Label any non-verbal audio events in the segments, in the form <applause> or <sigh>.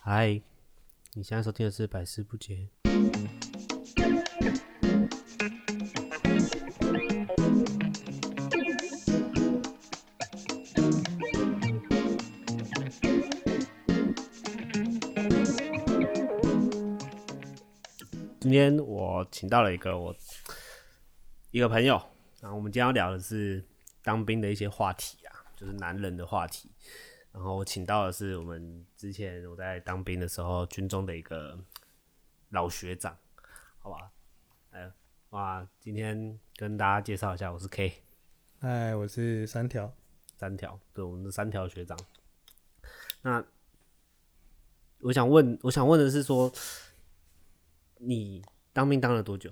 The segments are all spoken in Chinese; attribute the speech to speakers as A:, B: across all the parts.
A: 嗨，你现在收听的是《百思不解》。今天我请到了一个我一个朋友，然后我们今天要聊的是当兵的一些话题啊，就是男人的话题。然后我请到的是我们之前我在当兵的时候军中的一个老学长，好吧？哎，哇，今天跟大家介绍一下，我是 K
B: 嗨，我是三条。
A: 三条，对，我们的三条学长。那我想问，我想问的是说，你当兵当了多久？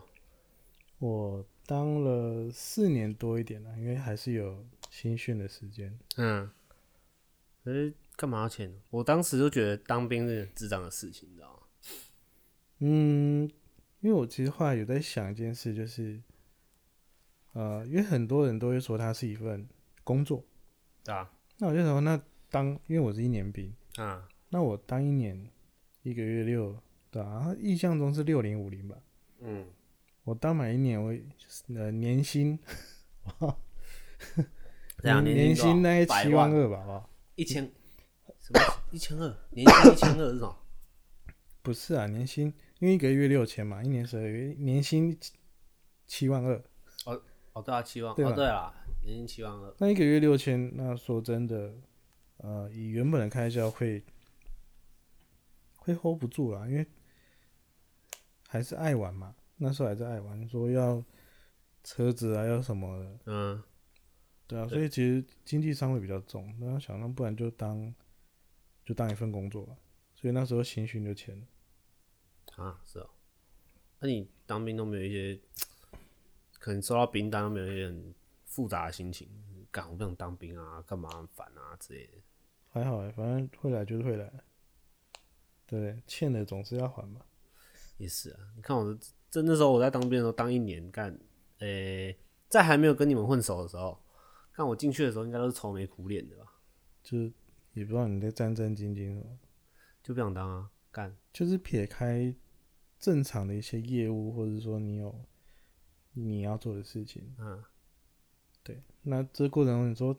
B: 我当了四年多一点了，因为还是有新训的时间。
A: 嗯，可是干嘛要钱？我当时就觉得当兵是很智障的事情，你知道吗？
B: 嗯，因为我其实后来有在想一件事，就是，呃，因为很多人都会说它是一份工作，
A: 对啊，
B: 那我就想说，那当因为我是一年兵，
A: 嗯，
B: 那我当一年一个月六，对啊，印象中是六零五零吧。
A: 嗯，
B: 我当满一年，我呃年薪，哇，
A: 这样
B: <laughs> 年
A: 啊薪多少
B: 薪大概
A: 百
B: 七万二吧，好不好？
A: 一千， <coughs> 什么一千二？年薪一千二是什么？ <coughs>
B: 不是啊，年薪因为一个月六千嘛，一年十二个月，年薪七七万二，
A: 哦，对啊，七万。
B: 对
A: 哦，
B: 吧
A: 对啦，年薪七万二。
B: 那一个月六千，那说真的，呃，以原本的开销会会 hold 不住啦，因为还是爱玩嘛，那时候还是爱玩，说要车子啊，要什么的，
A: 嗯，
B: 对啊，
A: 对
B: 所以其实经济上会比较重，那想那不然就当就当一份工作吧，所以那时候新训就签了，
A: 啊，是哦。那你当兵都没有一些，可能收到兵单都没有一些很复杂的心情，干我不想当兵啊，干嘛很烦啊之类的。
B: 还好、欸，反正会来就是会来，对不对？欠的总是要还嘛。
A: 也是啊，你看我的，这那时候我在当兵的时候，当一年干，呃、在还没有跟你们混熟的时候，看我进去的时候应该都是愁眉苦脸的吧，
B: 就是也不知道你在战战兢兢什么，
A: 就不想当啊，干，
B: 就是撇开正常的一些业务，或者说你有你要做的事情，
A: 嗯，
B: 对，那这过程中你说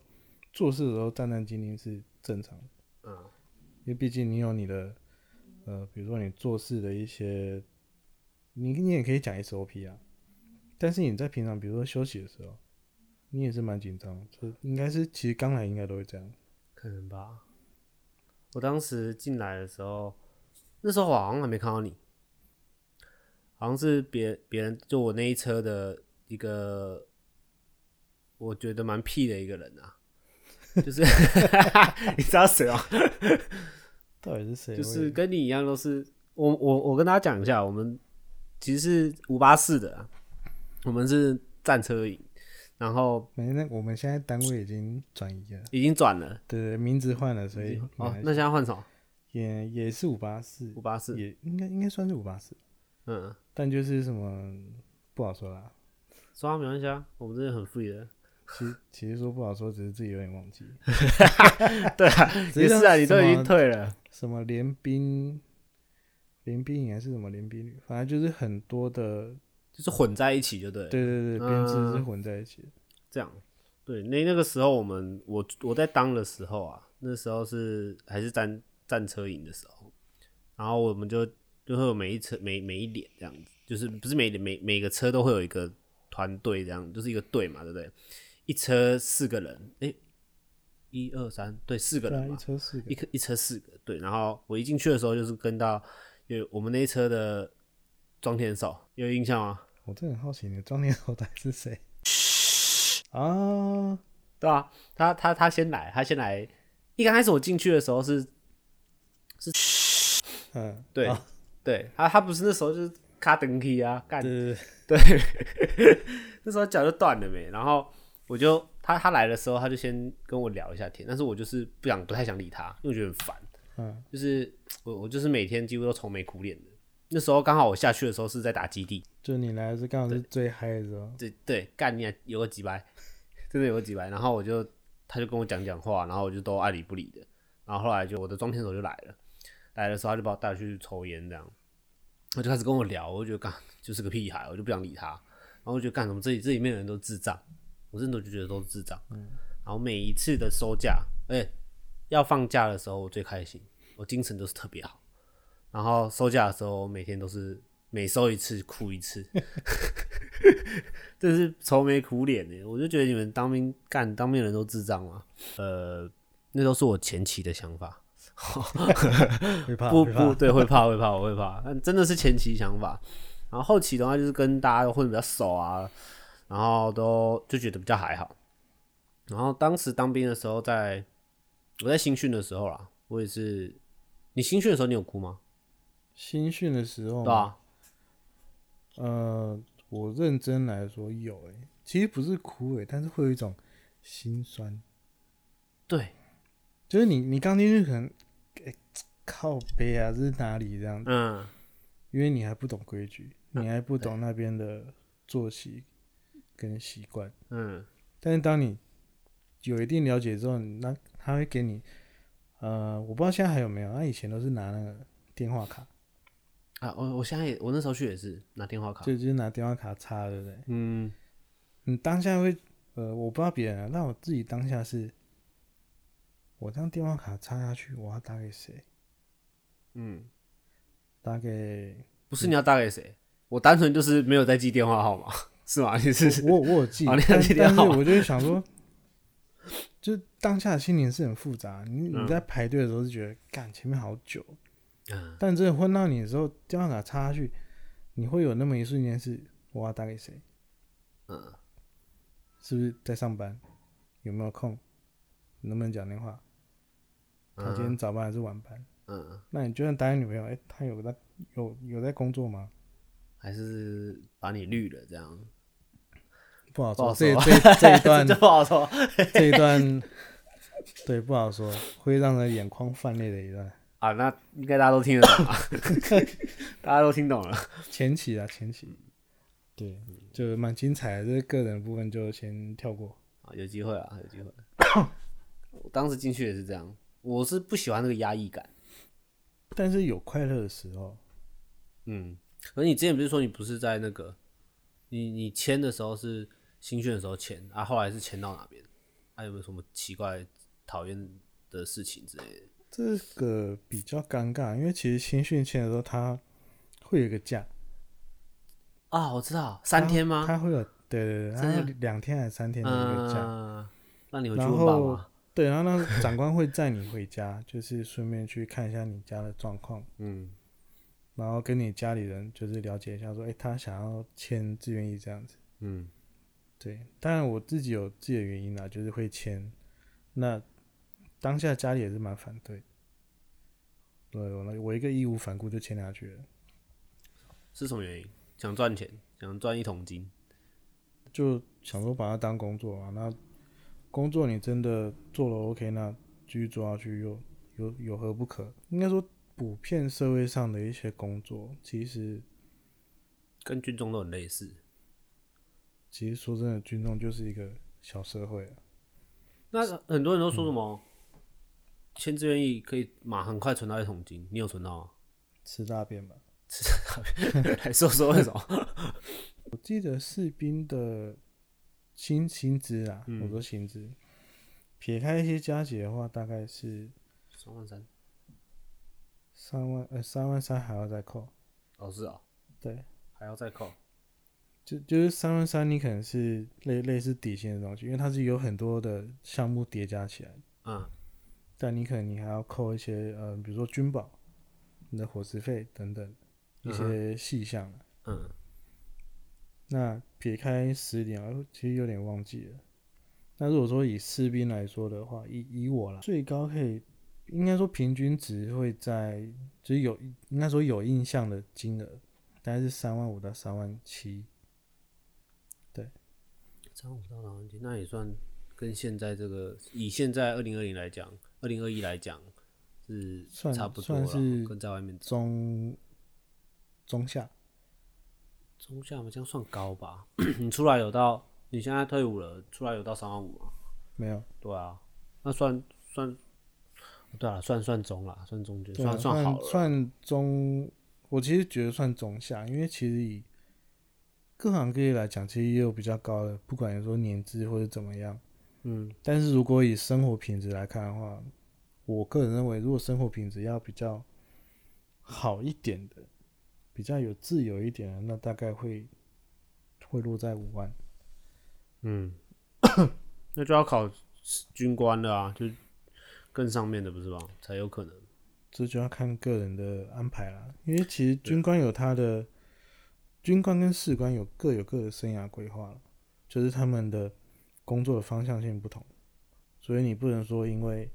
B: 做事的时候战战兢兢是正常的，
A: 嗯，
B: 因为毕竟你有你的呃，比如说你做事的一些，你你也可以讲 SOP 啊，但是你在平常比如说休息的时候，你也是蛮紧张的，就应该是其实刚来应该都会这样，
A: 可能吧。我当时进来的时候，那时候我好像还没看到你，好像是别别人就我那一车的一个，我觉得蛮屁的一个人啊，就是 <laughs> 你知道谁吗？
B: 到底是谁
A: 就
B: 会？
A: 是跟你一样，都是我我我跟大家讲一下，我们其实是五八四的啊，我们是战车营，然后
B: 没那我们现在单位已经转移了。
A: 已经转了。
B: 对对，名字换了，所以
A: 哦，
B: 也
A: 那现在换什么？
B: 也也是五八四
A: 五，八四，
B: 也应该应该算是五八四，
A: 嗯，
B: 但就是什么不好说啦。
A: 说啊，没关系啊，我们这里很 free 的。
B: 其实其实说不好说，只是自己有点忘记。
A: <laughs> 对啊，
B: 只
A: 也是啊，
B: 像
A: 你都已
B: 什
A: 经
B: 么
A: 退了。
B: 什么联兵，联兵营还是什么联兵旅，反正就是很多的，
A: 就是混在一起就对了，
B: 对对对，编制是混在一起的。
A: 这样。对，那那个时候我们我我在当的时候啊，那时候是还是战战车营的时候，然后我们就就会有每一车每每一点这样子，就是不是每每每个车都会有一个团队这样，就是一个队嘛，对不对？一车四个人，诶、一二三，对，四个
B: 对啊，
A: 人
B: 一
A: 嘛，
B: 车四个
A: 一，颗一车四个，对。然后我一进去的时候就是跟到有我们那一车的装填手，有印象吗？
B: 我真的很好奇你的装填后台是谁啊？
A: 对啊，他他他先来，他先来。一刚开始我进去的时候是，
B: 嗯，
A: 对、
B: 啊
A: <laughs> 对，他他不是那时候就是卡登 key 啊，干
B: 对对对，
A: 对，那时候脚就断了没，然后我就他他来的时候他就先跟我聊一下天，但是我就是不想不太想理他，因为我觉得很烦，
B: 嗯，
A: 就是我我就是每天几乎都愁眉苦脸的。那时候刚好我下去的时候是在打基地，
B: 就你来的是刚好是最嗨的时候，
A: 对对，干你啊有个几百， <laughs> 真的有个几百。然后我就他就跟我讲讲话，然后我就都爱理不理的。然后后来就我的装填手就来了，来的时候他就把我带去抽烟这样，他就开始跟我聊，我就觉得干就是个屁孩，我就不想理他，然后我就觉得干什么这里这里面的人都智障，我真的就觉得都是智障，然后每一次的收假，哎、要放假的时候我最开心，我精神都是特别好，然后收假的时候我每天都是每收一次哭一次，真是愁眉苦脸的，我就觉得你们当兵干当兵的人都智障嘛，呃，那都是我前期的想法。
B: 会怕
A: 不
B: 会
A: 不
B: 怕，
A: 对，会怕会怕我会怕，但真的是前期想法，然后后期的话就是跟大家混得比较熟啊，然后都就觉得比较还好。然后当时当兵的时候在，我在新训的时候啦，我也是，你新训的时候你有哭吗？
B: 嗯新训的时候
A: 对
B: 嘛，
A: 啊，
B: 呃，我认真来说有诶、其实不是哭诶、但是会有一种心酸，
A: 对，
B: 就是你你刚进去可能，诶靠背啊，这是哪里这样？
A: 嗯，
B: 因为你还不懂规矩，你还不懂那边的作息跟习惯。
A: 嗯，
B: 但是当你有一定了解之后，你那他会给你，呃，我不知道现在还有没有，他以前都是拿那个电话卡，
A: 啊，我我现在也我那时候去也是拿电话卡，
B: 就就是拿电话卡插，对不对？
A: 嗯，
B: 你当下会，呃，我不知道别人啊，但我自己当下是，我这样电话卡插下去，我要打给谁？
A: 嗯，
B: 打给
A: 不是你要打给谁，我单纯就是没有在记电话号码，是吗？你是
B: 我我有记，
A: 哦
B: 但
A: 你有
B: 但
A: 记
B: 是
A: 电话
B: 我就是想说，就当下的心情是很复杂。你你在排队的时候是觉得，干前面好久，
A: 嗯
B: 但真的混到你的时候，电话卡插下去，你会有那么一瞬间是，我要打给谁？
A: 嗯，
B: 是不是在上班？有没有空？能不能讲电话？他今天早班还是晚班？
A: 嗯，
B: 那你就算答应女朋友，哎、他有在有有在工作吗？
A: 还是把你绿了这样。
B: 不好
A: 不好
B: 说，这
A: 说
B: 这这一
A: <laughs> 这
B: 段
A: 不好说。
B: 这一段，对，不好说，会让人眼眶泛泪的一段。
A: 啊，那应该大家都听得懂吧？ <laughs> 大家都听懂了。
B: 前期啊，前期，对，就蛮精彩的。这个人部分就先跳过。
A: 啊，有机会啊，有机会。我当时进去也是这样，我是不喜欢那个压抑感。
B: 但是有快乐的时候，
A: 嗯，可是你之前不是说你不是在那个，你你签的时候是新训的时候签啊，后来是签到哪边？还、有没有什么奇怪、讨厌的事情之类的？
B: 这个比较尴尬，因为其实新训签的时候，他会有一个假，
A: 啊，我知道，三
B: 它
A: 天吗？
B: 他会有，对对对，
A: 真的
B: 他有两天还是三天的一个假。
A: 嗯，那你回去
B: 然
A: 问爸
B: 后
A: 妈。
B: 对，然后那长官会载你回家， <laughs> 就是顺便去看一下你家的状况，
A: 嗯
B: 然后跟你家里人就是了解一下，说，哎、他想要签志愿役这样子。
A: 嗯
B: 对，当然我自己有自己的原因啦，就是会签。那当下家里也是蛮反对，对我那我一个义无反顾就签下去了，
A: 是什么原因？想赚钱，想赚一桶金。
B: 就想说把它当工作嘛。那工作你真的做了 OK，那继续做下去又有有何不可？应该说普遍社会上的一些工作，其实
A: 跟军中都很类似。
B: 其实说真的，军中就是一个小社会啊了。
A: 那很多人都说什么签志愿役可以马很快存到一桶金，你有存 <laughs> 到吗？
B: 吃大便吧。
A: 来说说为什么？
B: 我记得士兵的薪薪资啊，我说薪资，撇开一些加节的话，大概是
A: 三万三
B: 三万，呃，三万三还要再扣，
A: 哦是哦，
B: 对，
A: 还要再扣。
B: 就就是三万三，你可能是类类似底薪的东西，因为它是有很多的项目叠加起来，
A: 嗯
B: 但你可能你还要扣一些，呃，比如说军保、你的伙食费等等一些细项、啊
A: 嗯，
B: 那撇开十点，啊，其实有点忘记了。那如果说以士兵来说的话，以以我啦，最高可以应该说平均值会在，就是有应该说有印象的金额，大概是三万五到三万七。
A: 三万五到两万金，那也算跟现在这个以现在二零二零来讲，二零二一来讲是
B: 算
A: 差不多了，
B: 算是
A: 跟在外面
B: 中中下，
A: 中下嘛，这样算高吧？ <clears throat> 你出来有到你现在退伍了，出来有到三万五吗？
B: 没有
A: 对啊，那算算，对啊，算算中了，算中间，
B: 对啊
A: 算好了。
B: 算中，我其实觉得算中下，因为其实以各行各业来讲，其实也有比较高的，不管说年资或者怎么样。
A: 嗯，
B: 但是如果以生活品质来看的话，我个人认为，如果生活品质要比较好一点的，比较有自由一点的，那大概会会落在五万。
A: 嗯，那就要考军官了啊，就更上面的不是吧？才有可能。
B: 这就要看个人的安排啦。因为其实军官有他的，军官跟士官有各有各的生涯规划了，就是他们的工作的方向性不同，所以你不能说因为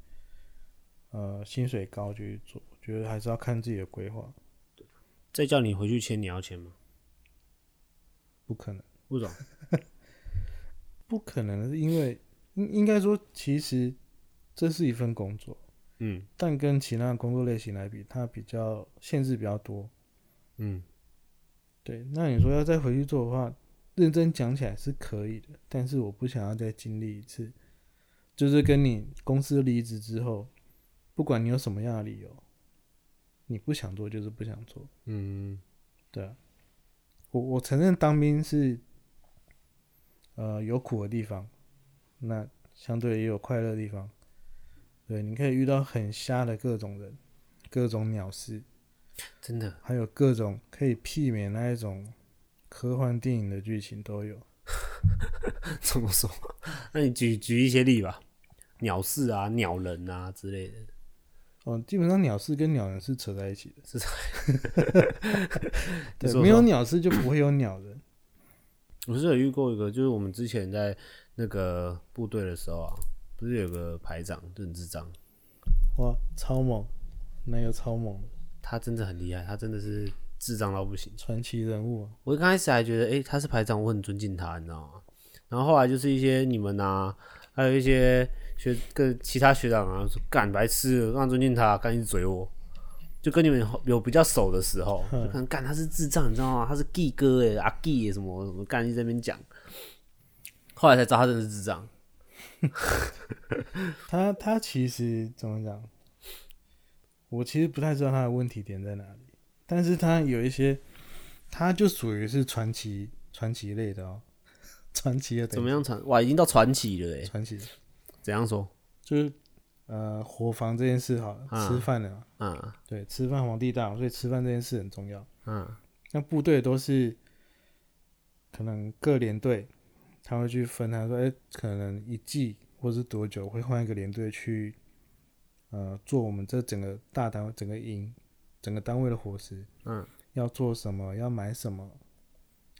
B: 呃薪水高就去做，我觉得还是要看自己的规划，
A: 再叫你回去签，你要签吗？
B: 不可能，
A: 不懂。
B: 不可能是因为应应该说，其实这是一份工作，
A: 嗯
B: 但跟其他的工作类型来比，它比较限制比较多，
A: 嗯，
B: 对，那你说要再回去做的话，认真讲起来是可以的，但是我不想要再经历一次，就是跟你公司离职之后，不管你有什么样的理由，你不想做就是不想做，
A: 嗯，
B: 对啊，我我承认当兵是，呃，有苦的地方，那相对也有快乐的地方，对，你可以遇到很瞎的各种人，各种鸟事，
A: <laughs> 真的， <laughs>
B: 还有各种可以媲美那一种科幻电影的剧情都有。
A: 怎么说？那你举举一些例吧，鸟事啊、鸟人啊之类的，
B: 哦，基本上鸟事跟鸟人是扯在一起的，
A: 是扯 <laughs> 你
B: 对，
A: 说
B: 没有
A: 说
B: 鸟事就不会有鸟人。
A: 我是有遇过一个，就是我们之前在那个部队的时候啊，不是有个排长，就很智障，
B: 哇，超猛，那个超猛的
A: 他真的很厉害，他真的是智障到不行。
B: 传奇人物啊！
A: 我一刚开始还觉得，诶，他是排长，我很尊敬他，你知道吗？然后后来就是一些你们啊，还有一些学跟其他学长啊，说干白痴，让尊敬他，干一直嘴我，就跟你们有比较熟的时候，就看干他是智障，你知道吗？他是 G 哥诶，阿 G 耶什么什么干一直在那边讲，后来才知道他真的是智障。
B: 他他其实怎么讲？我其实不太知道他的问题点在哪里，但是他有一些，他就属于是传奇传奇类的哦，传奇的等级
A: 怎么样传？哇，已经到传奇了诶，
B: 传奇？
A: 怎样说？
B: 就是呃，伙房这件事好了，
A: 啊
B: 吃饭的嘛
A: 嗯
B: 对，吃饭皇帝大嘛，所以吃饭这件事很重要。
A: 嗯
B: 那部队都是可能各连队，他会去分，他说，哎、可能一季或是多久会换一个连队去，呃，做我们这整个大单整个营、整个单位的伙食，
A: 嗯，
B: 要做什么，要买什么，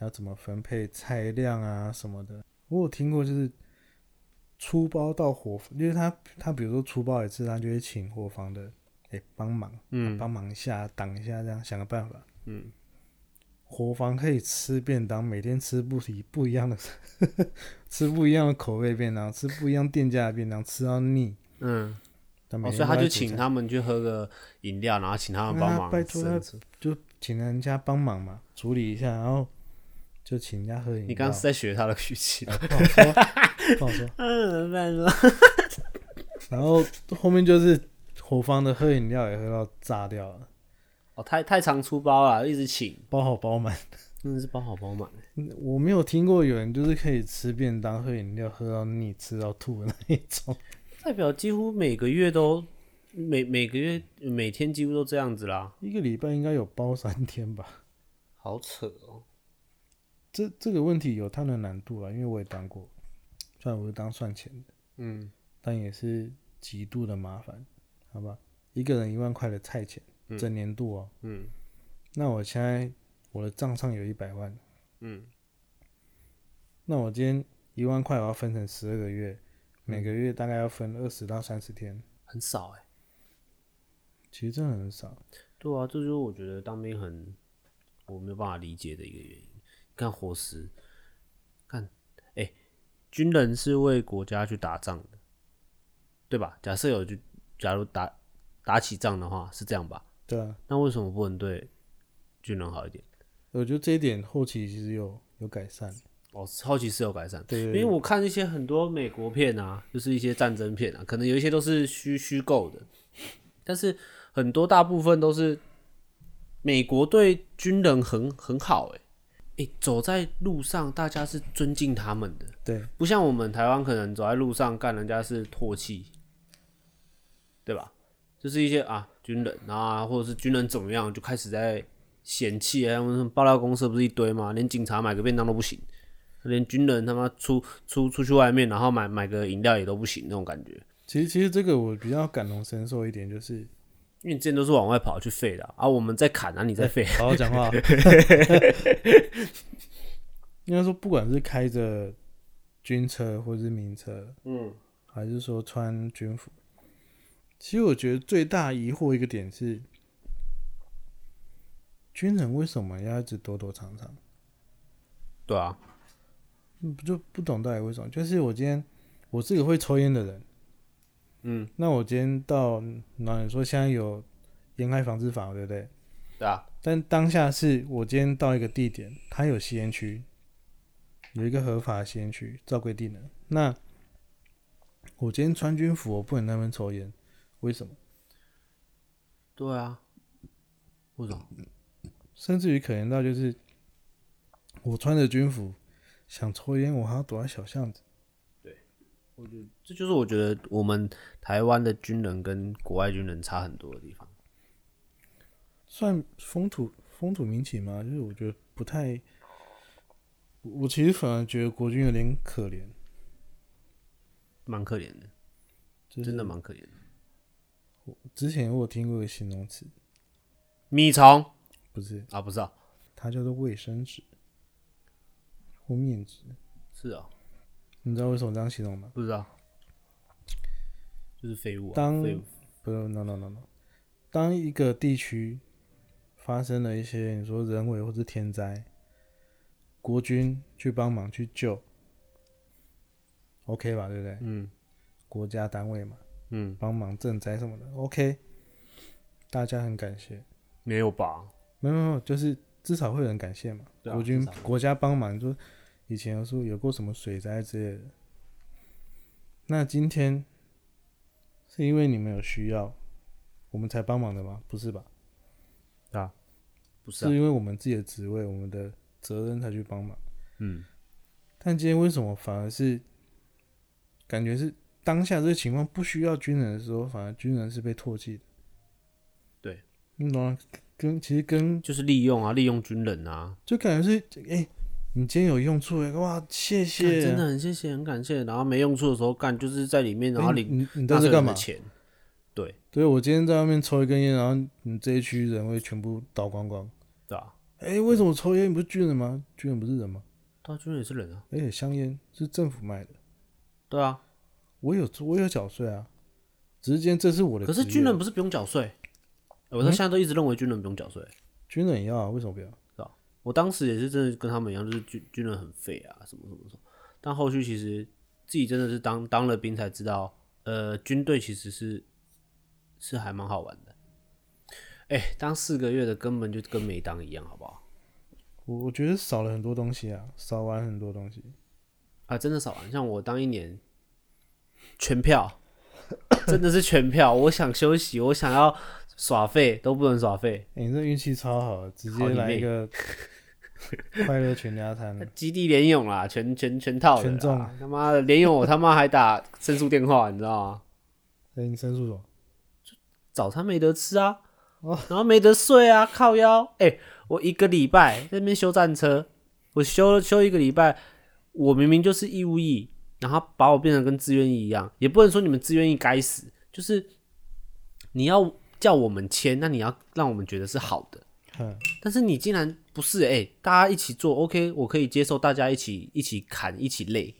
B: 要怎么分配菜量啊什么的。我有听过，就是出包到伙房，因为他他比如说出包一次，他就会请伙房的哎帮、忙，
A: 嗯
B: 帮忙一下，挡一下，这样想个办法。
A: 嗯，
B: 伙房可以吃便当，每天吃不一不一样的， <laughs> 吃不一样的口味便当，吃不一样店家的便当，吃到腻。
A: 嗯，
B: 但每
A: 哦，
B: 天
A: 所以他
B: 都
A: 就
B: 在煮
A: 请
B: 菜，
A: 他们去喝个饮料，然后请他们啊帮
B: 那他
A: 忙
B: 拜托他
A: 生吃。
B: 就请人家帮忙嘛，处理一下，然后就请人家喝饮料。
A: 你
B: <laughs>
A: 刚刚是在学他的语气，
B: 啊不好说，不好说。
A: 嗯，拜托。
B: 然后后面就是伙房的喝饮料也喝到炸掉了，
A: <laughs> 哦，太太常出包了，一直请，
B: 包好包满。 <laughs>
A: 真的是包好包满。
B: 嗯我没有听过有人就是可以吃便当、喝饮料喝到腻、吃到吐的那一种。
A: 代表几乎每个月都每每个月每天几乎都这样子啦，
B: 一个礼拜应该有包三天吧？
A: 好扯哦。
B: 这这个问题有它的难度啊，因为我也当过，虽然我是当算钱的，
A: 嗯
B: 但也是极度的麻烦，好吧？一个人一万块的菜钱，整年度哦。
A: 嗯
B: 那我现在我的账上有一百万，
A: 嗯
B: 那我今天一万块我要分成十二个
A: 嗯
B: 月，每个月大概要分二十到三十天，
A: 很少哎、
B: 其实真的很少。
A: 对啊，这就是我觉得当兵很我没有办法理解的一个原因。你看伙食，看，哎、军人是为国家去打仗的，对吧？假设有就假如打打起仗的话是这样吧？
B: 对啊，
A: 那为什么不能对军人好一点？
B: 我觉得这一点后期其实有有改善，
A: 哦，后期是有改善，
B: 对对
A: 因为
B: 对
A: 我看一些很多美国片啊，就是一些战争片啊，可能有一些都是虚虚构的，但是很多大部分都是美国对军人很很好、欸，诶、走在路上大家是尊敬他们的，
B: 对，
A: 不像我们台湾可能走在路上干人家是唾弃，对吧？就是一些啊军人啊，或者是军人怎么样，就开始在嫌弃啊。他们爆料公社不是一堆吗？连警察买个便当都不行，连军人他妈出出出去外面，然后买买个饮料也都不行那种感觉。
B: 其实其实这个我比较感同身受一点，就是
A: 因为你之前都是往外跑去废的啊，啊我们在砍啊，你在废，
B: 好好讲话。 <laughs> 应该说，不管是开着军车或是民车，嗯，还是说穿军服，其实我觉得最大疑惑一个点是，军人为什么要一直躲躲藏藏？
A: 对啊，
B: 嗯不就不懂到底为什么？就是我今天我是个会抽烟的人，
A: 嗯，
B: 那我今天到，那你说现在有烟害防治法，对不对？
A: 对啊，
B: 但当下是我今天到一个地点，它有吸烟区，有一个合法的吸烟区，照规定的。那我今天穿军服，我不能在那边抽烟，为什么？
A: 对啊，为什么？
B: 甚至于可怜到就是，我穿着军服想抽烟，我还要躲在小巷子。
A: 这就是我觉得我们台湾的军人跟国外军人差很多的地方。
B: 算风土风土民情吗？就是我觉得不太，我我其实反而觉得国军有点可怜，
A: 蛮可怜的，
B: 就是
A: 真的蛮可怜的。
B: 之前我有听过一个形容词，
A: 米虫
B: 不是
A: 啊，不是啊，
B: 它叫做卫生纸或面纸。
A: 是啊，
B: 你知道为什么这样形容吗？
A: 不知道，就是废物啊，
B: 当
A: 废物
B: 不是，no no no no。当一个地区发生了一些你说人为或是天灾，国军去帮忙去救，OK 吧，对不对？
A: 嗯
B: 国家单位嘛，
A: 嗯，
B: 帮忙赈灾什么的，OK，大家很感谢。
A: 没有吧？
B: 没有没有没有，就是至少会有人感谢嘛。
A: 对啊
B: 国军
A: 至少会
B: 国家帮忙，就以前有说有过什么水灾之类的。那今天是因为你们有需要，我们才帮忙的吗？不是吧？
A: 不是
B: 是
A: 啊，
B: 因为我们自己的职位、我们的责任才去帮忙。
A: 嗯，
B: 但今天为什么反而是感觉是当下这个情况不需要军人的时候，反而军人是被唾弃的？
A: 对，
B: 你懂吗？跟其实跟
A: 就是利用啊，利用军人啊，
B: 就感觉是哎、你今天有用处哎，哇，谢谢，
A: 干真的很谢谢，很感谢。然后没用处的时候干，就是在里面，
B: 哎。
A: 然后领
B: 你你在
A: 纳
B: 这
A: 税人
B: 干
A: 的
B: 嘛？
A: 钱，
B: 对我今天在外面抽一根烟，然后你这一区人会全部倒光光。
A: 对吧？
B: 哎、为什么抽烟？你不是军人吗？军人不是人吗？
A: 对啊，军人也是人啊，
B: 而且香烟是政府卖的，
A: 对啊。
B: 我有我有缴税啊，只是今天这是我的职
A: 可
B: 业。嗯
A: 是军人不是不用缴税？哎我到现在都一直认为军人不用缴税。
B: 军人也要啊，为什么不要？
A: 我当时也是真的跟他们一样，就是军军人很废啊，什么什么什么。但后续其实自己真的是当当了兵才知道，呃，军队其实是是还蛮好玩的。哎、当四个月的根本就跟没当一样，好不好？
B: 我我觉得少了很多东西啊，少玩很多东西。
A: 啊，真的少玩。像我当一年全票，真的是全票。我想休息，我想要耍废都不能耍废。
B: 哎、你这运气超好的，直接
A: 好你
B: 来一
A: 妹 <laughs>
B: 个快乐全家餐啊了。
A: 基地联勇啦，全全全套的啦
B: 全中
A: 他妈的联勇，我他妈还打申诉电话，你知道吗？
B: 哎、你申诉什么？
A: 早餐没得吃啊，然后没得睡啊，靠腰。哎、我一个礼拜在那边修战车，我修了修一个礼拜，我明明就是义务役，然后把我变成跟志愿役一样，也不能说你们志愿役该死，就是你要叫我们签，那你要让我们觉得是好的。
B: 哼，
A: 但是你竟然不是哎、欸大家一起做 OK，我可以接受大家一起一起砍一起累，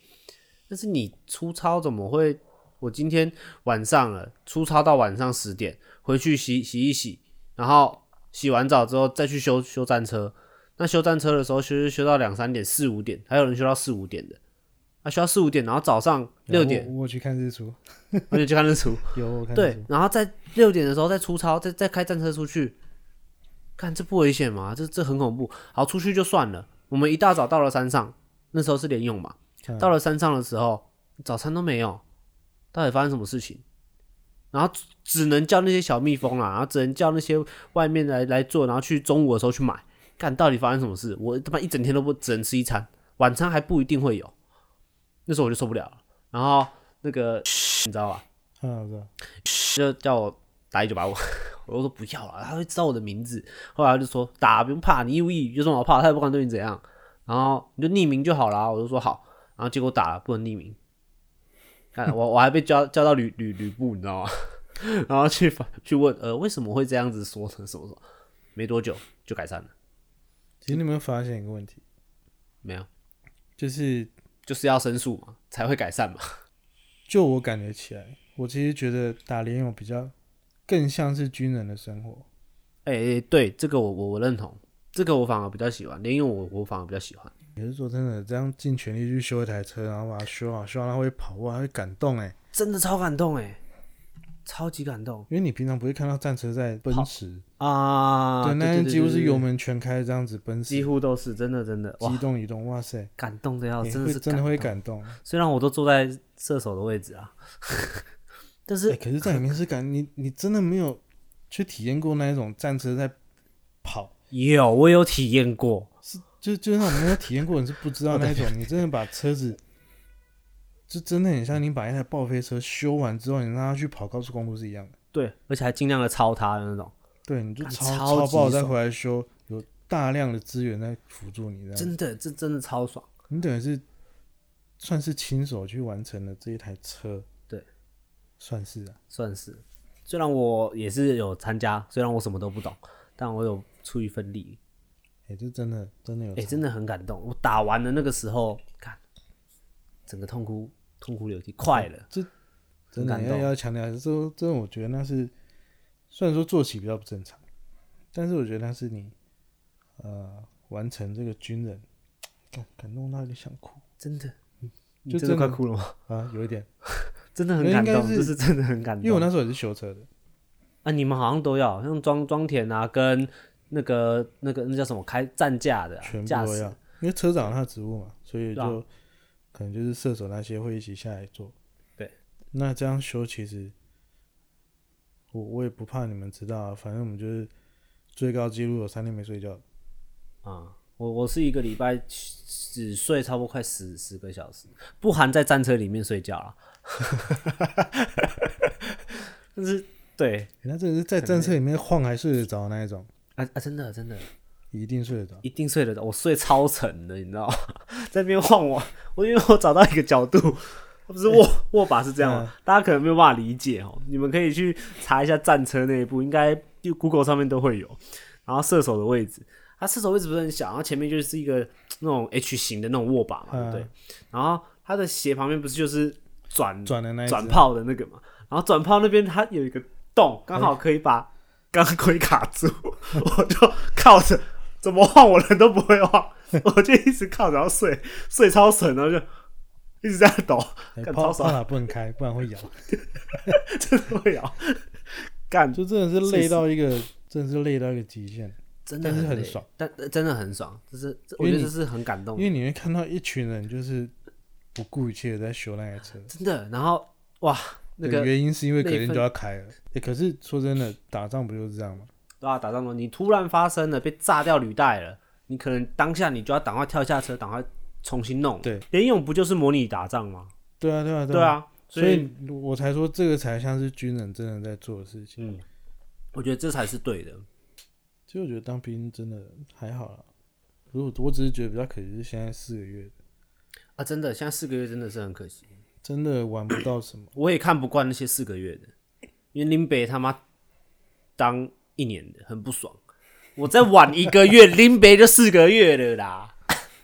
A: 但是你出操怎么会？我今天晚上了，出操到晚上十点，回去洗洗一洗，然后洗完澡之后再去修修战车。那修战车的时候修修修到两三点四五点，还有人修到四五点的，啊修到四五点，然后早上六点
B: 我我有去看日出，
A: 我就去看日出，
B: <laughs> 有我看日
A: 对
B: 出，，
A: 然后在六点的时候再出操，再再开战车出去，看这不危险吗？这这很恐怖。好，出去就算了。我们一大早到了山上，那时候是联用嘛，
B: 嗯
A: 到了山上的时候，早餐都没有，到底发生什么事情？然后只只能叫那些小蜜蜂啊啦，然后只能叫那些外面来来做，然后去中午的时候去买。干，到底发生什么事？我他妈一整天都不只能吃一餐，晚餐还不一定会有。那时候我就受不了了。然后那个 <laughs> 你知道吧，
B: 嗯，我知道，
A: 就叫我打一九八五， <laughs> 我就说不要了，他会知道我的名字。后来他就说打不用怕，你义务役有什么好怕？他也不敢对你怎样。然后你就匿名就好啦，我就说好。然后结果打了不能匿名，看我我还被叫叫到旅旅旅部，你知道吗？ <laughs> 然后去反去问呃为什么会这样子说呢？什么什么？没多久就改善了，
B: 其实你有没有发现一个问题，
A: 没有，
B: 就是
A: 就是要申诉嘛才会改善嘛。
B: 就我感觉起来，我其实觉得打联勇比较更像是军人的生活。
A: 哎、对这个我我我认同，这个我反而比较喜欢，连用我我反而比较喜欢。
B: 也是说真的，这样尽全力去修一台车，然后把它修好，修好它会跑，哇，它会感动哎，
A: 真的超感动哎、超级感动
B: 因为你平常不会看到战车在奔驰，
A: 啊！
B: 对，那
A: 对
B: 天
A: 对
B: 几乎
A: 对
B: 是
A: 对
B: 油门全开这样子奔驰，
A: 几乎都是真的真的哇
B: 激，动移动，哇塞，
A: 感动的要
B: 你
A: 死真的
B: 会
A: 是
B: 真的会
A: 动。
B: 感动。
A: 虽然我都坐在射手的位置
B: <laughs>
A: 啊，但是
B: 哎，可是，在里面是感，你你真的没有去体验过那一种战车在跑，
A: 有我有体验过，
B: 就就那种没有体验过，你是不知道那一种，你真的把车子，就真的很像你把一台报废车修完之后，你让它去跑高速公路是一样的。
A: 对，而且还尽量的超他的那种，
B: 对，你就
A: 干
B: 超
A: 啊超级
B: 爆再
A: 爽
B: 回来修，有大量的资源在辅助你，这样
A: 真的这真的超爽。
B: 你等于是算是亲手去完成了这一台车，
A: 对，
B: 算是啊，
A: 算是。虽然我也是有参加，虽然我什么都不懂，但我有出一份力，
B: 哎、这真的真的有
A: 哎、
B: 差，
A: 真的很感动。我打完了那个时候，看整个痛哭痛哭流涕，快了。
B: 真的
A: 很感
B: 要
A: 动
B: 要强调一下，这这我觉得那是虽然说作息比较不正常，但是我觉得那是你呃完成这个军人，感感动到有点想哭
A: 真的，你
B: 嗯就
A: 真的
B: 真
A: 快
B: 的
A: 哭了
B: <laughs>
A: 吗？
B: 啊，有一点，
A: 真的很
B: 应
A: 感
B: 该
A: 动，
B: 是
A: 就是真的很感动。
B: 因为我那时候也是修车的，
A: 啊，你们好像都要，像装装填啊，跟那个那个那叫什么开战架的啊、
B: 全部
A: 驾
B: 都
A: 驶
B: 要，因为车长有他的职务嘛，所以
A: 对啊
B: 就可能就是射手那些会一起下来做。
A: 对，
B: 那这样修其实我我也不怕你们知道啊，反正我们就是最高纪录有三天没睡觉，欸
A: 啊。我我是一个礼拜只睡差不多快十十个小时，不含在战车里面睡觉
B: <laughs>
A: 啊。但是对
B: 那真的是在战车里面晃还睡得着那一种，
A: 啊啊，真的真的
B: 一定睡得着。
A: 一定睡得着，我睡超沉的，你知道吗？ <laughs> 在那边晃我，我因为我找到一个角度，不是握握把是这样吗？大家可能没有办法理解哦，你们可以去查一下战车那一步，应该就 Google 上面都会有。然后射手的位置，它射手位置不是很小，然后前面就是一个那种 H 型的那种握把嘛，对不对？然后它的斜旁边不是就是转
B: 转的那一只
A: 转炮的那个嘛，然后转炮那边它有一个
B: 哎
A: 洞，刚好可以把钢盔卡住， <laughs> 我就靠着，怎么晃我人都不会
B: <laughs>
A: 晃，我就一直靠着，然后睡睡超沉，然后就一直在抖，
B: 哎
A: 干
B: 炮
A: 超
B: 炮
A: 爽，
B: 塔不能开，不然会咬。
A: <laughs> 真的会摇， <laughs> 干
B: 就真的是累到一个，
A: <laughs>
B: 真的是累到一个极限，
A: 真的
B: 但是很
A: 累
B: 爽，
A: 但呃真的很爽，就是这我
B: 因
A: 觉
B: 为
A: 得
B: 你
A: 这是很感动
B: 因为你会看到一群人就是不顾一切的在修那台车。
A: 真的。然后哇，那
B: 对
A: 个
B: 原因是因为
A: 那
B: 隔
A: 一
B: 天
A: 份
B: 就要开了。欸可是说真的，打仗不就是这样吗？
A: 对啊，打仗中你突然发生了被炸掉履带了，你可能当下你就要赶快跳下车，赶快重新弄。
B: 对，
A: 联勇不就是模拟打仗吗？
B: 对啊，对啊，
A: 对
B: 啊。
A: 啊，
B: 所
A: 所
B: 以我才说这个才像是军人真的在做的事情。
A: 嗯，我觉得这才是对的。
B: 其实我觉得当兵真的还好啦，如果我只是觉得比较可惜是现在四个月，
A: 啊，真的，现在四个月真的是很可惜。。
B: 真的玩不到什么
A: 我也看不惯那些四个月的，因为林北他妈当一年的很不爽。我再晚一个月，林北就四个月了啦。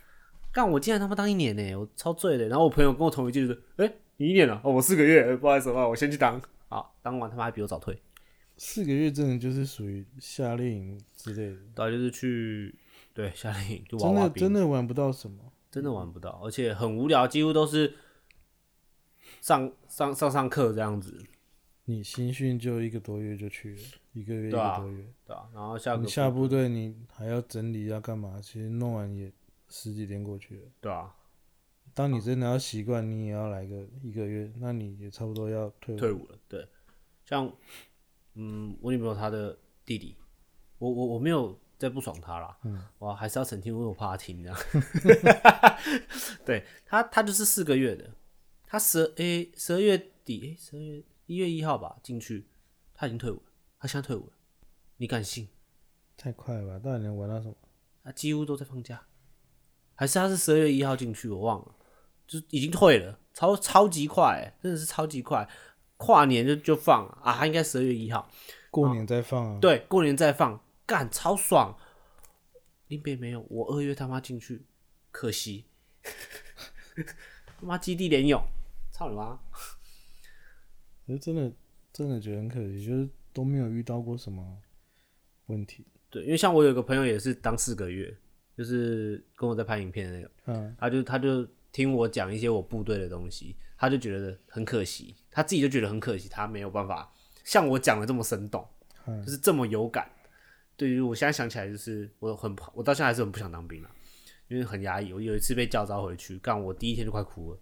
A: <laughs> 干，我竟然他妈当一年呢、我超醉的。然后我朋友跟我同一句就是：“哎、你一年了，哦，我四个月，呃不好意思，不好意思我先去当。”好，当完他妈还比我早退。
B: 四个月真的就是属于夏令营之类的，
A: 对啊，就是去对夏令营就娃
B: 真
A: 娃
B: 的
A: 兵，
B: 真的玩不到什么。
A: 真的玩不到，而且很无聊，几乎都是上上上上课这样子，
B: 你新训就一个多月就去了，一个月一
A: 对
B: 个
A: 啊
B: 多月，
A: 对吧、然后下个
B: 你下部队你还要整理要干嘛？其实弄完也十几天过去了。
A: 对啊，
B: 当你真的要习惯，你也要来个一个月，那你也差不多要退伍。
A: 退伍了。对，像嗯，我女朋友她的弟弟，我我我没有在不爽他啦，我还是要澄清，因为我怕他听这样。 <laughs> 对他，他就是四个月的，他十诶十二月底诶十二月一月一号吧进去，他已经退伍了，他现在退伍了，你敢信？
B: 太快了吧？到底能玩到什么？
A: 他几乎都在放假，还是他是十二月一号进去，我忘了，就已经退了，超超级快、欸，真的是超级快，跨年就就放了啊，他应该十二月一号，
B: 过年再放啊！
A: 对，过年再放，干超爽。林北没有，我二月他妈进去，可惜， <laughs> 他妈基地连勇，操你妈！
B: 我就真的真的觉得很可惜，就是都没有遇到过什么问题。
A: 对，因为像我有个朋友也是当四个月，就是跟我在拍影片的那个，
B: 嗯，
A: 他就他就听我讲一些我部队的东西，他就觉得很可惜，他自己就觉得很可惜，他没有办法像我讲的这么生动，
B: 嗯
A: 就是这么有感。对于我现在想起来，就是我很不我到现在还是很不想当兵了、因为很压抑。我有一次被叫招回去，干我第一天就快哭了，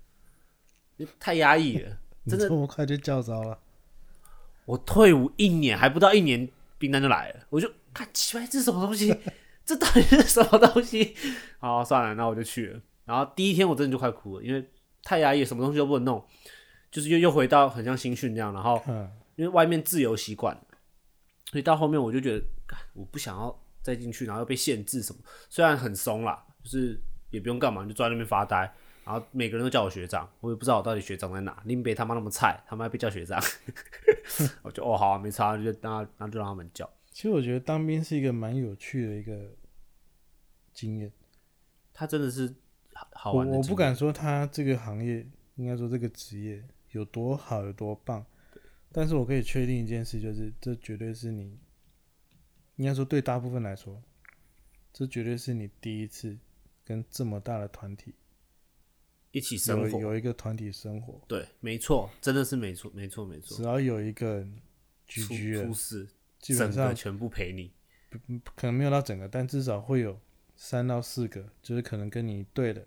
A: 因为太压抑了。
B: 你这么快就叫招
A: <laughs>
B: 了？
A: 我退伍一年还不到一年，兵单就来了，我就看奇怪这是什么东西， <laughs> 这到底是什么东西？ <laughs> 好，算了，那我就去了。然后第一天我真的就快哭了，因为太压抑，什么东西都不能弄，就是又又回到很像新训那样。然后
B: 嗯，
A: 因为外面自由习惯了，所以到后面我就觉得，干我不想要再进去，然后又被限制什么。虽然很松啦，就是也不用干嘛，就坐在那边发呆。然后每个人都叫我学长，我也不知道我到底学长在哪。林北他妈那么菜，他妈还被叫学长， <laughs> 我就哦好、啊，没差，就那那就让他们叫。
B: 其实我觉得当兵是一个蛮有趣的一个经验。
A: 他真的是好好
B: 我
A: 玩的
B: 我不
A: 经
B: 敢说他这个行业，应该说这个职业有多好有多棒，但是我可以确定一件事，就是这绝对是你，应该说对大部分来说，这绝对是你第一次跟这么大的团体
A: 一起生
B: 有
A: 活。
B: 有一个团体生活，
A: 对，没错，真的是没错，没错，没错。
B: 只要有一个人居
A: 出
B: 居了
A: 出，事，
B: 基
A: 整
B: 本
A: 个
B: 上
A: 全部陪你。
B: 可能没有到整个，但至少会有三到四个，就是可能跟你对的，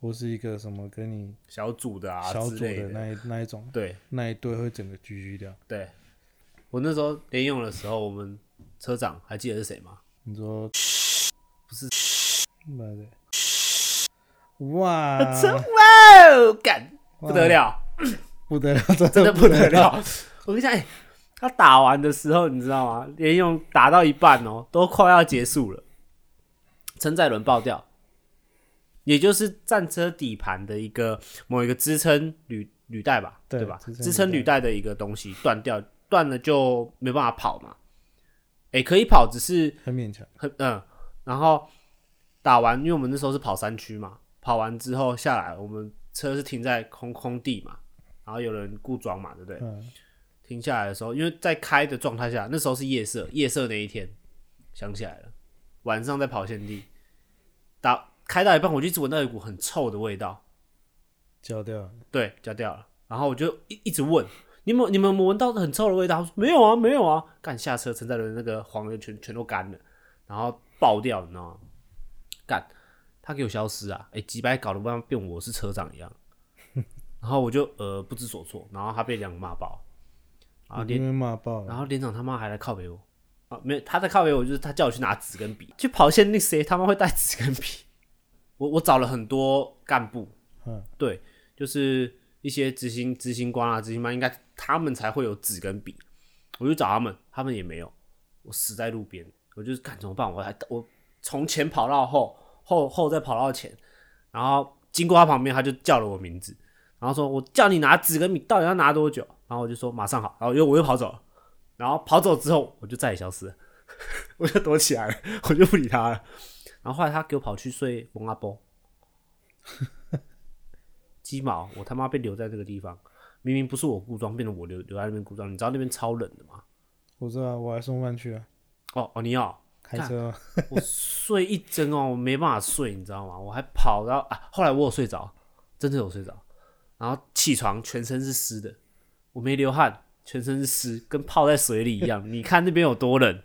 B: 或是一个什么跟你
A: 小组的啊
B: 小
A: 之
B: 组
A: 类
B: 的那一那一种
A: 对，
B: 那一队会整个居居掉。
A: 对，我那时候联用的时候，我们车长还记得是谁 <laughs> 吗？
B: 你说
A: 不是
B: 妈的，哇，
A: 呃哦，干不得了，
B: 不得了，
A: 真的不得了！ <laughs> 我跟你讲，哎，他打完的时候，你知道吗？联用打到一半哦，都快要结束了，撑载轮爆掉，也就是战车底盘的一个某一个支撑履履带吧，
B: 对
A: 对吧？
B: 支撑履带
A: 支撑履带的一个东西断掉，断了就没办法跑嘛。哎，可以跑，只是
B: 很勉强。
A: 很嗯，然后打完，因为我们那时候是跑山区嘛，跑完之后下来，我们车是停在空空地嘛，然后有人顾装嘛，对不对？
B: 嗯，
A: 停下来的时候，因为在开的状态下，那时候是夜色，夜色那一天，想起来了，晚上在跑线地，打开到一半，我就一直闻到一股很臭的味道，
B: 焦掉了。
A: 对，焦掉了。然后我就一一直问，你们你们有没有闻到很臭的味道？他说没有啊，没有啊。干下车，陈载伦那个黄油全全都干了，然后爆掉，你知道吗？干，他给我消失啊！哎，几百搞得像变我是车长一样。然后我就呃不知所措，然后他被两个骂爆，然后
B: 你被骂爆了。
A: 然后连长他妈还来靠北我啊，没有他在靠北我，就是他叫我去拿纸跟笔，去跑线那谁他妈会带纸跟笔？ <laughs> 我我找了很多干部，
B: 嗯，
A: 对，就是一些执行执行官啊、执行班，应该他们才会有纸跟笔。我就找他们，他们也没有，我死在路边，我就是干怎么办？我还我从前跑到后，后后再跑到前，然后经过他旁边，他就叫了我名字，然后说我叫你拿纸跟笔，到底要拿多久？然后我就说马上好，然后又我又跑走了，然后跑走之后我就再也消失了， <laughs> 我就躲起来了， <laughs> 我就不理他了。然后后来他给我跑去睡蒙阿波， <laughs> 鸡毛，我他妈被留在这个地方，明明不是我故装，变成我留留在那边故装，你知道那边超冷的吗？
B: 我知道，我还送饭去啊，
A: 哦哦，你要、
B: 开车啊嘛。
A: 我睡一整哦，我没办法睡，你知道吗？我还跑到啊，后来我有睡着，真的有睡着，然后起床全身是湿的，我没流汗，全身是湿，跟泡在水里一样。你看那边有多冷，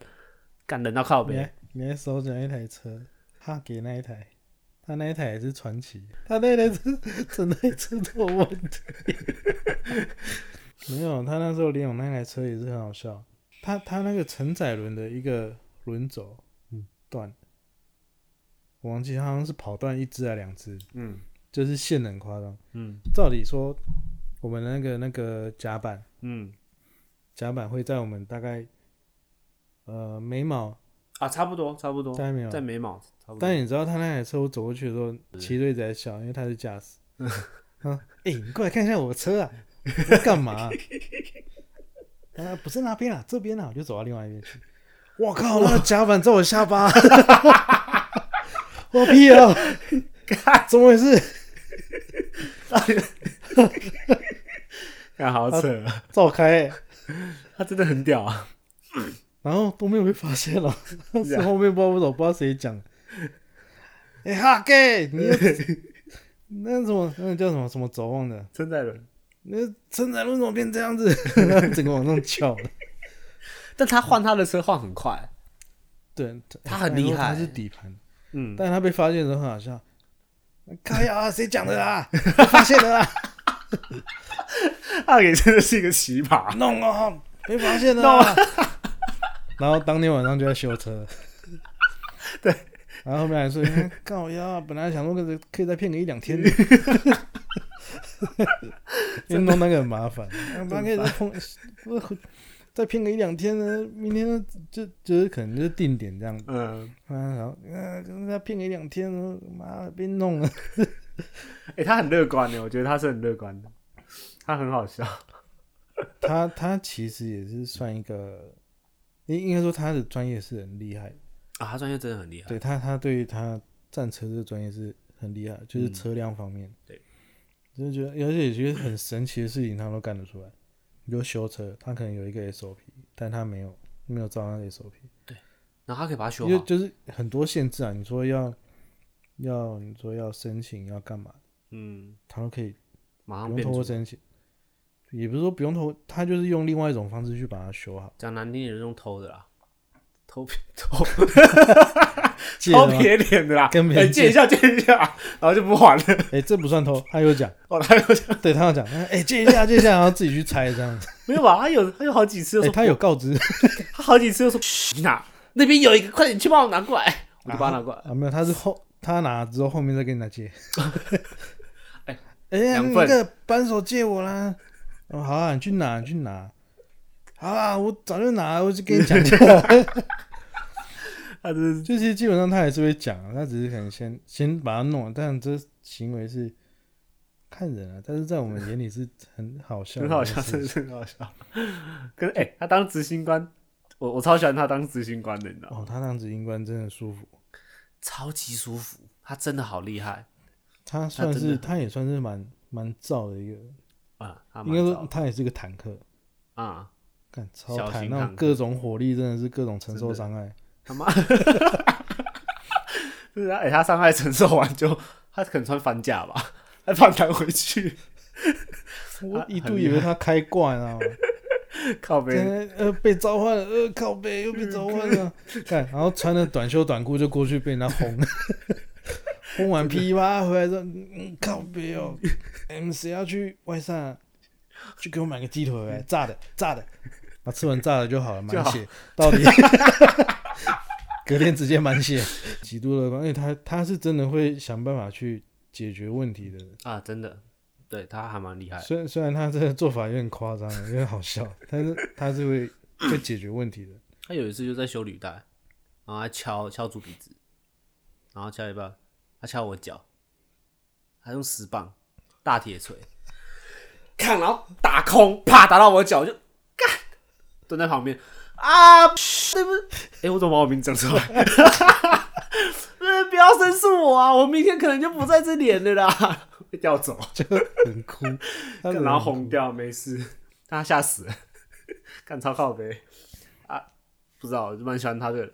A: 干冷到靠
B: 你
A: 北，
B: 还你还手讲一台车，哈给那一台，他那一台也是传奇，他那一台是整台车都有问题。 <laughs> 没有，他那时候联勇那台车也是很好笑，他他那个承载轮的一个轮轴
A: 嗯
B: 断，我忘记好像是跑断一只还两只，
A: 嗯
B: 就是线得很夸张。
A: 嗯
B: 照理说，我们那个那个甲板
A: 嗯
B: 甲板会在我们大概呃眉毛
A: 啊，差不多差不多
B: 大，概眉毛
A: 在眉毛差不多。
B: 但你知道他那台车，我走过去的时
A: 嗯
B: 候，齐队一直在笑，因为他是驾
A: <laughs>
B: 驶。他说：“哎、你过来看一下我的车啊，我说干嘛、 <laughs> 啊？”啊，不是那边啊，这边啊，我就走到另外一边去。我靠，那个甲板在我下巴， <laughs> 我屁啊！怎么回事？
A: 看好扯啊，
B: 照开欸、
A: <laughs> 他真的很屌啊！
B: 然后都没有被发现了。当
A: 是
B: 时
A: 啊
B: 后面不知道为什么不知道谁讲，哎、哈给
A: <laughs>
B: 你那什么那个叫什么什么走忘的，
A: 真在人，
B: 那承载轮怎么变这样子？ <laughs> 整个往上翘。
A: 但他换他的车换很快，
B: <laughs> 对，
A: 他很厉害
B: 他是底盘，
A: 嗯，
B: 欸但他被发现的时候很好笑。 <laughs> 靠呀、啊，谁讲的啦？被发现啊了啦，
A: 阿给真的是一个奇葩，
B: 弄哦，被发现了啦。然后当天晚上就在修车。
A: 对。
B: 然后后面还说，嗯靠呀，本来想说可以可以再骗个一两天的，因为弄那个很麻烦，妈可以再碰，再骗个一两天呢，明天就就是可能就是定点这样子。
A: 嗯，
B: 啊，然后啊，跟他骗个一两天，妈的被弄了。
A: 哎，他很乐观的，我觉得他是很乐观的，他很好笑，
B: 他他其实也是算一个，应应该说他的专业是很厉害，
A: 啊，他专业真的很厉害，
B: 对他他对于他战车这个专业是很厉害，就是
A: 嗯
B: 车辆方面。
A: 对，
B: 就是觉得而且觉得很神奇的事情他都干得出来，比如修车，他可能有一个 SOP，但他没有没有照那个 SOP，
A: 然后他可以把它修
B: 因为
A: 好，
B: 就是很多限制啊，你说要要你说要申请要干嘛，
A: 嗯，
B: 他都可以
A: 马上
B: 不用
A: 变
B: 透过
A: 出。
B: 申请，也不是说不用透过，他就是用另外一种方式去把它修好，
A: 讲难听点，用偷的啦，偷
B: <laughs>
A: 偷
B: 借
A: 偷
B: 的吗
A: 撇脸的啦，
B: 跟别
A: 哎
B: 人
A: 借一下借一下，然后就不还了。
B: <laughs> 哎、这不算偷，他有讲，
A: <laughs> 哦，他有讲
B: 对他有讲，哎、借一下借一下，然后自己去猜
A: <laughs>
B: 这样子，
A: 没有吧？他有他有好几次
B: 哎、
A: 就说
B: 他有告知
A: 他好几次就说嘘哪那边有一个，快点去帮我拿过来， <laughs> 我就把他拿过来。
B: 啊没有，他是后他拿了之后后面再跟你拿借，
A: <laughs> 哎
B: <laughs> 哎呀、
A: 两
B: 你
A: 份
B: 那个扳手借我啦，哦好啊，你去拿你去拿，好啊，我早就拿了，我就跟你讲一下，
A: <laughs> 他真是
B: 就是基本上他还是会讲，他只是可能先先把它弄了，但这行为是看人啊，但是在我们眼里是很好笑
A: 很
B: 的一件
A: 好笑，
B: 事情，
A: 真的是很好笑。可是哎、他当执行官，我我超喜欢他当执行官的，你知道吗？
B: 哦，他当执行官真的舒服，
A: 超级舒服，他真的好厉害
B: 他算
A: 真的
B: 是
A: 很
B: 他也算是蛮蛮燥的一个，
A: 啊！他
B: 应
A: 蛮
B: 该
A: 早
B: 说他也是个坦克，
A: 啊、
B: 干超
A: 小
B: 坦
A: 型
B: 那
A: 坦
B: 种
A: 克
B: 各种火力真的是各种承受伤
A: <laughs>
B: 害，
A: 他妈，就是他哎、他伤害承受完就他可能穿反甲吧， <laughs> 还反弹回去。
B: 我
A: 啊
B: 一
A: 很
B: 度
A: 厉
B: 以为他开啊挂呢，
A: 靠背，
B: 真的呃被召唤了，呃靠背又被召唤了，干，然后穿着短袖短裤就过去被人家轰。 <laughs> 轰完噼啪回来说，嗯，靠背哦，你们谁要去外散、啊？去给我买个鸡腿回来，炸的，炸的。啊，吃完炸的就好了，
A: 就
B: 满
A: 好
B: 血，到底隔天直接满血，极度乐观。而且他他是真的会想办法去解决问题的人，
A: 啊，真的，对他还蛮厉害的。
B: 虽然虽然他这个做法有点夸张，有点好笑，但是他是会会解决问题的。
A: 他有一次就在修履带，然后他敲敲猪鼻子，然后敲一半，他敲我脚，他用石棒大铁锤，看，然后打空，啪打到我脚，我就干，蹲在旁边啊，对不起？哎、我怎么把我名字讲出来？ <laughs> 呃，不要申诉我啊！我明天可能就不在这里了啦， <laughs> 被调走，
B: 就很哭，他人
A: 然后红掉，没事， <laughs> 但他吓死了，干超靠背啊！不知道，我就蛮喜欢他的，